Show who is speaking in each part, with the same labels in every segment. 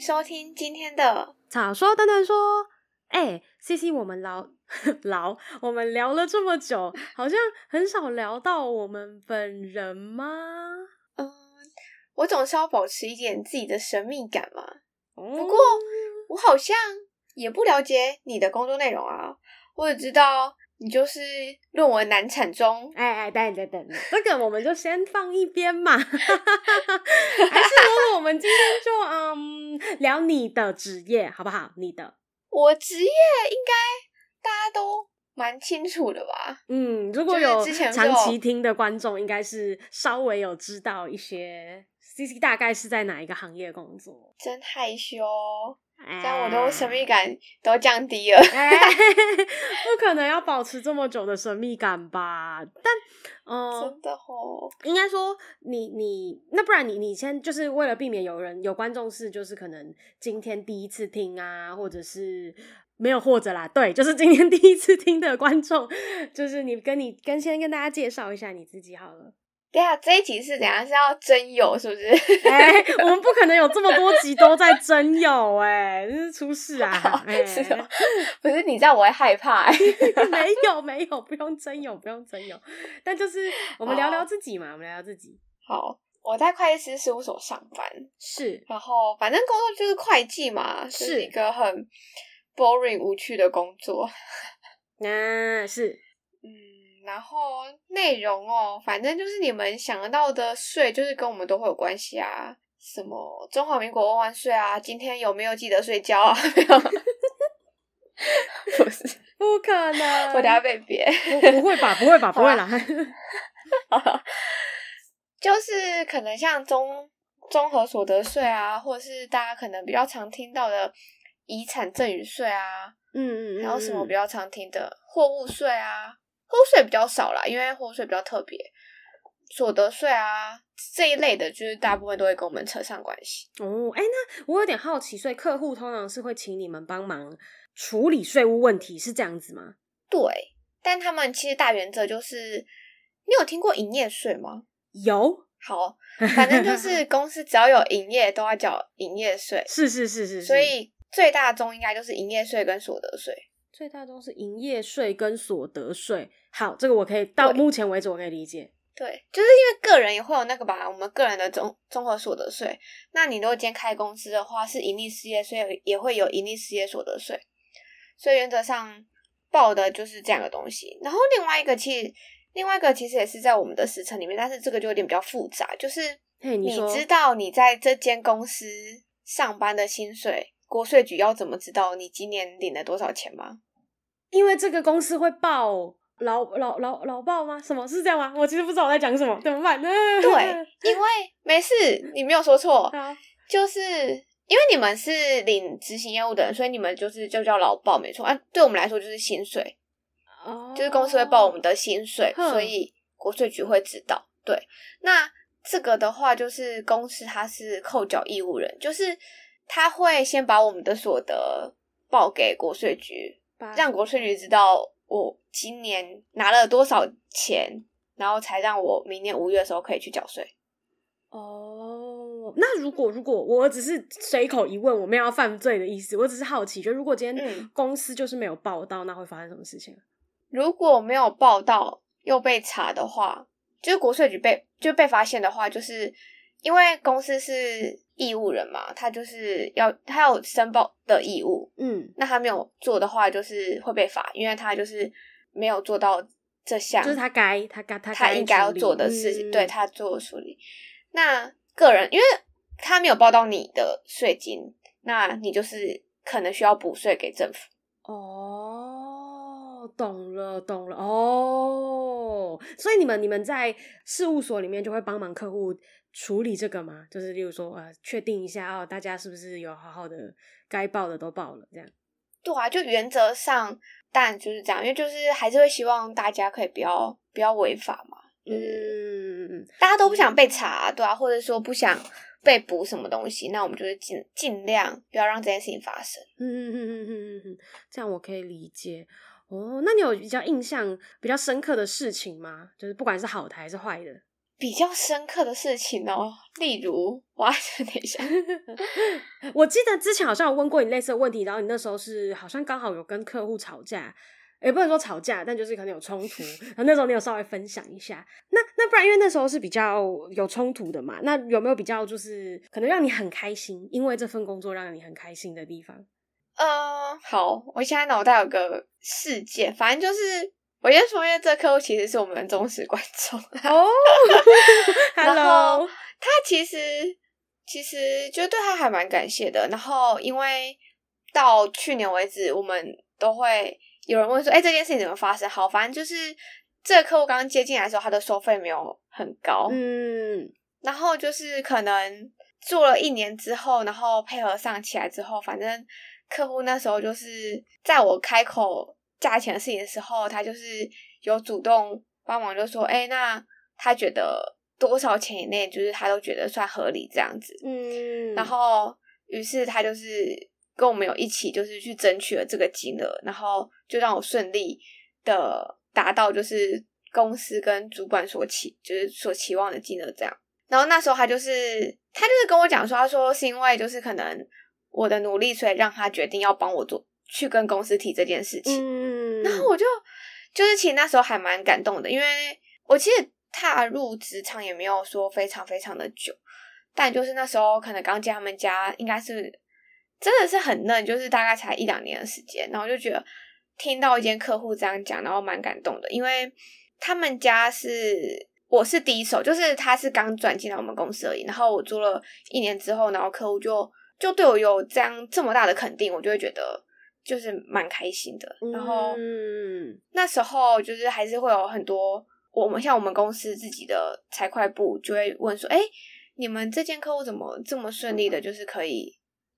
Speaker 1: 收听今天的
Speaker 2: 早说等等说，哎、c C，我们聊 聊，我们聊了这么 久，好像很少聊到我们本人吗？
Speaker 1: 嗯，我总是要保持一点自己的神秘感嘛。
Speaker 2: 不
Speaker 1: 过我好像也不了解你的工作内容啊，我只知道你就是论文难产中。
Speaker 2: 哎哎，等等等等，这个我们就先放一边 嘛。还是如果我们今天就嗯聊你的职业好不好？你的
Speaker 1: 我职业应该大家都蛮清楚的吧？
Speaker 2: 嗯，如果
Speaker 1: 就是
Speaker 2: 有
Speaker 1: 之前就
Speaker 2: 长期听的观众，应该是稍微有知道一些 C C 大概是在哪一个行业工作。哎
Speaker 1: 真害羞，
Speaker 2: 这
Speaker 1: 这样我的神秘感都降低了。
Speaker 2: 哎，不可能要保持这么久的神秘感吧？但，嗯、
Speaker 1: 真的哦，
Speaker 2: 应该说你你那不然你你先就是为了避免有人有观众是就是可能今天第一次听啊，或者是没有或者啦，对，就是今天第一次听的观众，就是你跟你跟先跟大家介绍一下你自己好了。
Speaker 1: 对啊，这一集是怎样？是要真有是不是？
Speaker 2: 哎、我们不可能有这么多集都在真有哎、真是出事啊！哎、
Speaker 1: 是哦吗？不是你这样我会害怕、欸。
Speaker 2: 没有没有，不用真有，不用真有。但就是我们聊聊自己嘛，我们聊聊自己。
Speaker 1: 好，我在会计师事务所上班，
Speaker 2: 是，
Speaker 1: 然后反正工作就是会计嘛，就是是一个很 boring 无趣的工作。
Speaker 2: 那、是
Speaker 1: 嗯，然后内容哦，反正就是你们想得到的税，就是跟我们都会有关系啊。什么中华民国万万岁啊！今天有没有记得睡觉啊？ 没有，不是，
Speaker 2: 不可能。
Speaker 1: 我等下被别。
Speaker 2: 不不会吧？不会吧？不
Speaker 1: 啊
Speaker 2: 会啦。
Speaker 1: 就是可能像综综合所得税啊，或者是大家可能比较常听到的遗产赠与税啊，
Speaker 2: 嗯嗯嗯。
Speaker 1: 还有什么比
Speaker 2: 较？
Speaker 1: 较常听的货物税啊？货物税比较少啦，因为货物税比较特别。所得税啊这一类的，就是大部分都会跟我们扯上关系。
Speaker 2: 哦，哎、那我有点好奇，所以客户通常是会请你们帮忙处理税务问题，是这样子吗？
Speaker 1: 对，但他们其实大原则就是，你有听过营业税吗？
Speaker 2: 有，
Speaker 1: 好，反正就是公司只要有营业都要缴营业税，
Speaker 2: 是是是是是。
Speaker 1: 所以最大宗应该就是营业税跟所得税。
Speaker 2: 最大宗是营业税跟所得税。好，这个我可以到
Speaker 1: 对
Speaker 2: 目前为止我可以理解。
Speaker 1: 对，就是因为个人也会有那个吧，我们个人的综综合所得税。那你如果今天开公司的话，是盈利事业税，也会有盈利事业所得税。所以原则上报的就是这样的东西。然后另外一个其实，另外一个其实也是在我们的时程里面，但是这个就有点比较复杂，就是
Speaker 2: 嘿，
Speaker 1: 你
Speaker 2: 说
Speaker 1: 知道你在这间公司上班的薪水，国税局要怎么知道你今年领了多少钱 吗？
Speaker 2: 因为这个公司会报劳劳劳劳报吗？什么是这样吗？我其实不知道我在讲什么，怎么办呢？
Speaker 1: 对，因为没事，你没有说错。
Speaker 2: 好，
Speaker 1: 就是因为你们是领执行业务的人，所以你们就是就叫劳报，没错。啊，对我们来说就是薪水，
Speaker 2: 哦，
Speaker 1: 就是公司会报我们的薪水，
Speaker 2: 哼
Speaker 1: 所以国税局会知道。对，那这个的话就是公司它是扣缴义务人，就是他会先把我们的所得报给国税局，
Speaker 2: 把
Speaker 1: 让国税局知道我今年拿了多少钱，然后才让我明年五月的时候可以去缴税。
Speaker 2: 哦。那如果如果我只是随口一问，我没有要犯罪的意思，我只是好奇，就如果今天
Speaker 1: 嗯
Speaker 2: 公司就是没有报到，那会发生什么事情？啊
Speaker 1: 如果没有报道又被查的话，就是国税局被就被发现的话，就是因为公司是义务人嘛，他就是要他有申报的义务，
Speaker 2: 嗯，
Speaker 1: 那他没有做的话，就是会被罚，因为他就是没有做到这项，
Speaker 2: 就是他该他该他
Speaker 1: 他
Speaker 2: 该
Speaker 1: 应该要
Speaker 2: 处理
Speaker 1: 做的事情，
Speaker 2: 嗯
Speaker 1: 对他做的处理。那个人，因为他没有报到你的税金，那你就是可能需要补税给政府。
Speaker 2: 哦，懂了，懂了，哦，所以你们你们在事务所里面就会帮忙客户处理这个吗？就是例如说，呃，确定一下哦，大家是不是有好好的该报的都报了，这样。
Speaker 1: 对啊，就原则上，当然就是这样，因为就是还是会希望大家可以不要不要违法嘛，
Speaker 2: 嗯，
Speaker 1: 大家都不想被查、对啊，或者说不想被捕什么东西，那我们就是尽尽量不要让这件事情发生。
Speaker 2: 嗯嗯嗯嗯嗯嗯嗯，这样我可以理解。哦，那你有比较印象比较深刻的事情吗？就是不管是好的还是坏的。
Speaker 1: 比较深刻的事情哦，例如，我爱着等一 下，
Speaker 2: 我记得之前好像有问过你类似的问题，然后你那时候是好像刚好有跟客户吵架，也不能说吵架，但就是可能有冲 突。然后那时候你有稍微分享一下，那那不然因为那时候是比较有冲突的嘛，那有没有比较就是可能让你很开心，因为这份工作让你很开心的 地方？
Speaker 1: 嗯，好，我现在脑袋有个事件，反正就是我先说，因为这客户其实是我们的忠实观众，
Speaker 2: 哦
Speaker 1: 然后
Speaker 2: ，Hello，
Speaker 1: 他其实其实就对他还蛮感谢的。然后因为到去年为止，我们都会有人问说：“哎、这件事情怎么发生？”好，反正就是这个客户刚刚接进来的时候，他的收费没有很高，
Speaker 2: 嗯，
Speaker 1: 然后就是可能做了一年之后，然后配合上起来之后，反正客户那时候就是在我开口价钱的事情的时候，他就是有主动帮忙，就说：“哎，那他觉得多少钱以内，就是他都觉得算合理这样子。”
Speaker 2: 嗯，
Speaker 1: 然后于是他就是跟我们有一起就是去争取了这个金额，然后就让我顺利的达到就是公司跟主管所期就是所期望的金额这样。然后那时候他就是他就是跟我讲说，他说是因为就是可能我的努力，所以让他决定要帮我做去跟公司提这件事情。
Speaker 2: 嗯，
Speaker 1: 然后我就就是其实那时候还蛮感动的，因为我其实踏入职场也没有说非常非常的久，但就是那时候可能刚进他们家，应该是真的是很嫩，就是大概才一两年的时间，然后就觉得听到一间客户这样讲，然后蛮感动的，因为他们家是。我是第一手，就是他是刚转进来我们公司而已。然后我做了一年之后，然后客户就就对我有这样这么大的肯定，我就会觉得就是蛮开心的。然后
Speaker 2: 嗯
Speaker 1: 那时候就是还是会有很多我们像我们公司自己的财会部就会问说，哎、你们这间客户怎么这么顺利的，就是可以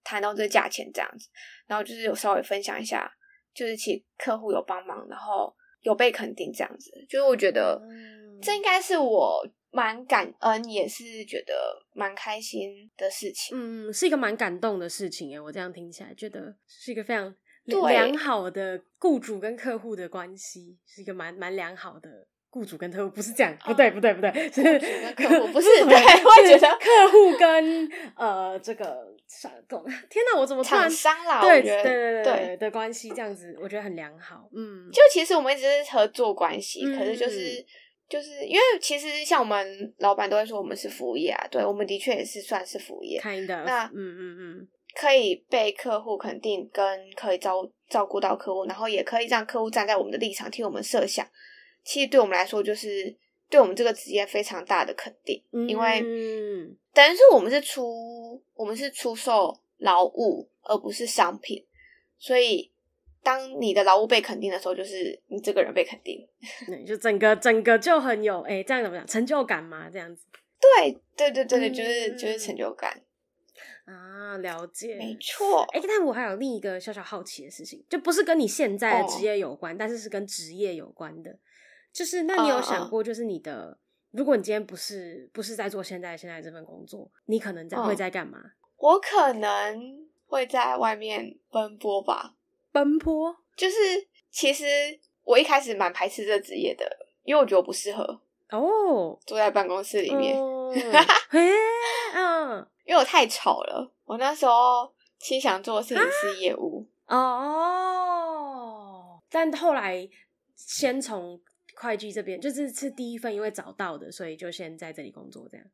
Speaker 1: 谈到这个价钱这样子？然后就是有稍微分享一下，就是其实客户有帮忙，然后有被肯定这样子，就是我觉得
Speaker 2: 嗯
Speaker 1: 这应该是我蛮感恩，也是觉得蛮开心的事情。
Speaker 2: 嗯，是一个蛮感动的事情耶。我这样听起来，觉得是一个非常
Speaker 1: 对
Speaker 2: 良好的雇主跟客户的关系，是一个蛮蛮良好的雇主跟客户，不是这样，不对，不对，不对，是
Speaker 1: 跟客户不是
Speaker 2: 什么
Speaker 1: 对我
Speaker 2: 是
Speaker 1: 觉得
Speaker 2: 客户跟呃这个啥懂？天哪，我怎么突然
Speaker 1: 厂？商啦，
Speaker 2: 对
Speaker 1: 我觉
Speaker 2: 对
Speaker 1: 得
Speaker 2: 对
Speaker 1: 对
Speaker 2: 的关系这样子，我觉得很良好。嗯，
Speaker 1: 就其实我们一直是合作关系，
Speaker 2: 嗯
Speaker 1: 可是就是就是因为其实像我们老板都会说我们是服务业啊，对我们的确也是算是服务业，
Speaker 2: kind of，
Speaker 1: 那
Speaker 2: 嗯嗯嗯，
Speaker 1: 可以被客户肯定，跟可以照照顾到客户，然后也可以让客户站在我们的立场替我们设想。其实对我们来说，就是对我们这个职业非常大的肯定，因为
Speaker 2: 嗯
Speaker 1: 等于是我们是出我们是出售劳务，而不是商品，所以当你的劳务被肯定的时候，就是你这个人被肯定。
Speaker 2: 对就整个整个就很有哎、这样怎么讲成就感嘛？这样子
Speaker 1: 对对对对对，就是就是成就感，
Speaker 2: 啊，了解，
Speaker 1: 没错。
Speaker 2: 哎、但我还有另一个小小好奇的事情，就不是跟你现在的
Speaker 1: 哦
Speaker 2: 职业有关，但是是跟职业有关的。就是，那你有
Speaker 1: 嗯
Speaker 2: 想
Speaker 1: 嗯
Speaker 2: 过，就是你的，如果你今天不是不是在做现在现在这份工作，你可能在、会
Speaker 1: 嗯
Speaker 2: 在干嘛？
Speaker 1: 我可能会在外面奔波吧，
Speaker 2: 奔波？
Speaker 1: 就是其实我一开始蛮排斥这职业的，因为我觉得我不适合
Speaker 2: 哦，
Speaker 1: 坐在办公室里面，
Speaker 2: 哦嘿，嗯，
Speaker 1: 因为我太吵了。我那时候其实想做的事情是业务，
Speaker 2: 哦，但后来先从会计这边，就是是第一份因为找到的，所以就先在这里工作这样。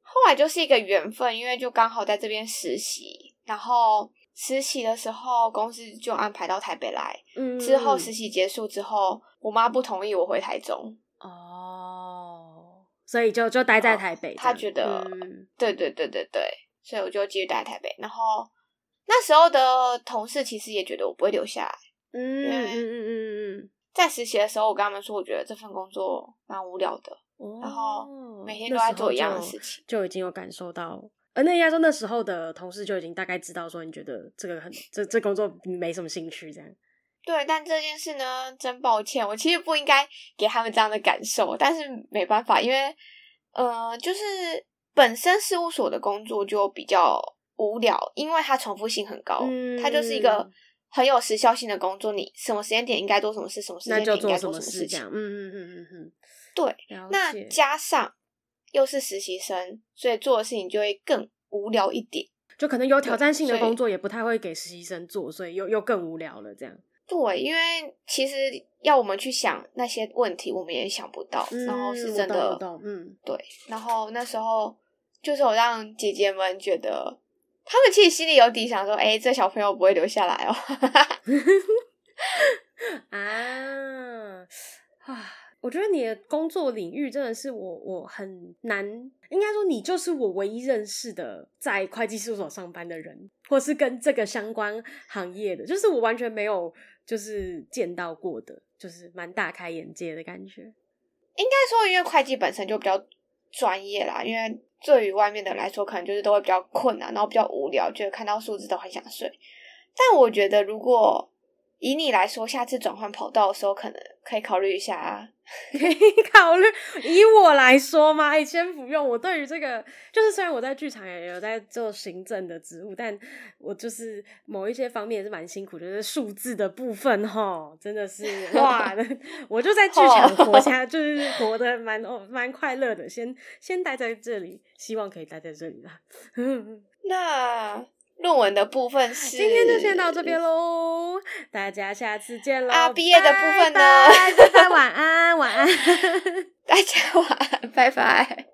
Speaker 1: 后来就是一个缘分，因为就刚好在这边实习，然后实习的时候公司就安排到台北来，
Speaker 2: 嗯，
Speaker 1: 之后实习结束之后，我妈不同意我回台中。
Speaker 2: 哦，所以就就待在台北这样，
Speaker 1: 嗯他觉得
Speaker 2: 嗯
Speaker 1: 对对对对对，所以我就继续待在台北。然后那时候的同事其实也觉得我不会留下来。
Speaker 2: 嗯嗯嗯嗯嗯
Speaker 1: 在实习的时候，我跟他们说，我觉得这份工作蛮无聊的，
Speaker 2: 嗯，
Speaker 1: 然后
Speaker 2: 哦
Speaker 1: 每天都在做一样的，
Speaker 2: 那时
Speaker 1: 事
Speaker 2: 候
Speaker 1: 情。
Speaker 2: 就就已经有感受到。呃，那应该说那时候的同事就已经大概知道说，你觉得这个很这这工作你没什么兴趣这样。
Speaker 1: 对，但这件事呢，真抱歉，我其实不应该给他们这样的感受，但是没办法，因为呃，就是本身事务所的工作就比较无聊，因为它重复性很高，
Speaker 2: 嗯
Speaker 1: 它哦就是一个很有时效性的工作，你什么时间点应该做什么事，什么时
Speaker 2: 那
Speaker 1: 间点
Speaker 2: 就
Speaker 1: 应
Speaker 2: 做
Speaker 1: 该
Speaker 2: 什
Speaker 1: 做
Speaker 2: 么
Speaker 1: 什么
Speaker 2: 事
Speaker 1: 事
Speaker 2: 这
Speaker 1: 情
Speaker 2: 样，。嗯嗯嗯嗯嗯，
Speaker 1: 对，
Speaker 2: 了
Speaker 1: 那
Speaker 2: 解
Speaker 1: 加上又是实习生，所以做的事情就会更无聊一点。
Speaker 2: 就可能有挑战性的
Speaker 1: 嗯对所以
Speaker 2: 工作也不太会给实习生做，所以又又更无聊了。这样，
Speaker 1: 对，因为其实要我们去想那些问题，我们也想不到，然后
Speaker 2: 嗯
Speaker 1: 是
Speaker 2: 我
Speaker 1: 真
Speaker 2: 懂我
Speaker 1: 的
Speaker 2: 懂，嗯，
Speaker 1: 对，然后那时候就是我让姐姐们觉得，她们其实心里有底，想说，哎、这小朋友不会留下来哦。
Speaker 2: 啊啊！我觉得你的工作领域真的是我我很难，应该说你就是我唯一认识的在会计事务所上班的人，或是跟这个相关行业的，就是我完全没有就是见到过的，就是蛮大开眼界的感觉。
Speaker 1: 应该说，因为会计本身就比较专业啦，因为对于外面的人来说，可能就是都会比较困难，然后比较无聊，就看到数字都很想睡。但我觉得，如果以你来说，下次转换跑道的时候，可能可以考虑一下啊。
Speaker 2: 可以 考虑。以我来说嘛，哎，先不用。我对于这个，就是虽然我在剧场也有在做行政的职务，但我就是某一些方面也是蛮辛苦，就是数字的部分哈，真的 是哇，那我就在剧场活下，就是活得蛮哦蛮快乐的。先先待在这里，希望可以待在 这里啦。
Speaker 1: 那论文的部分是
Speaker 2: 今天就先到这边喽，大家下次见喽。
Speaker 1: 啊毕业的部分呢
Speaker 2: 拜拜拜拜晚安，晚安。
Speaker 1: 大家晚安，拜拜。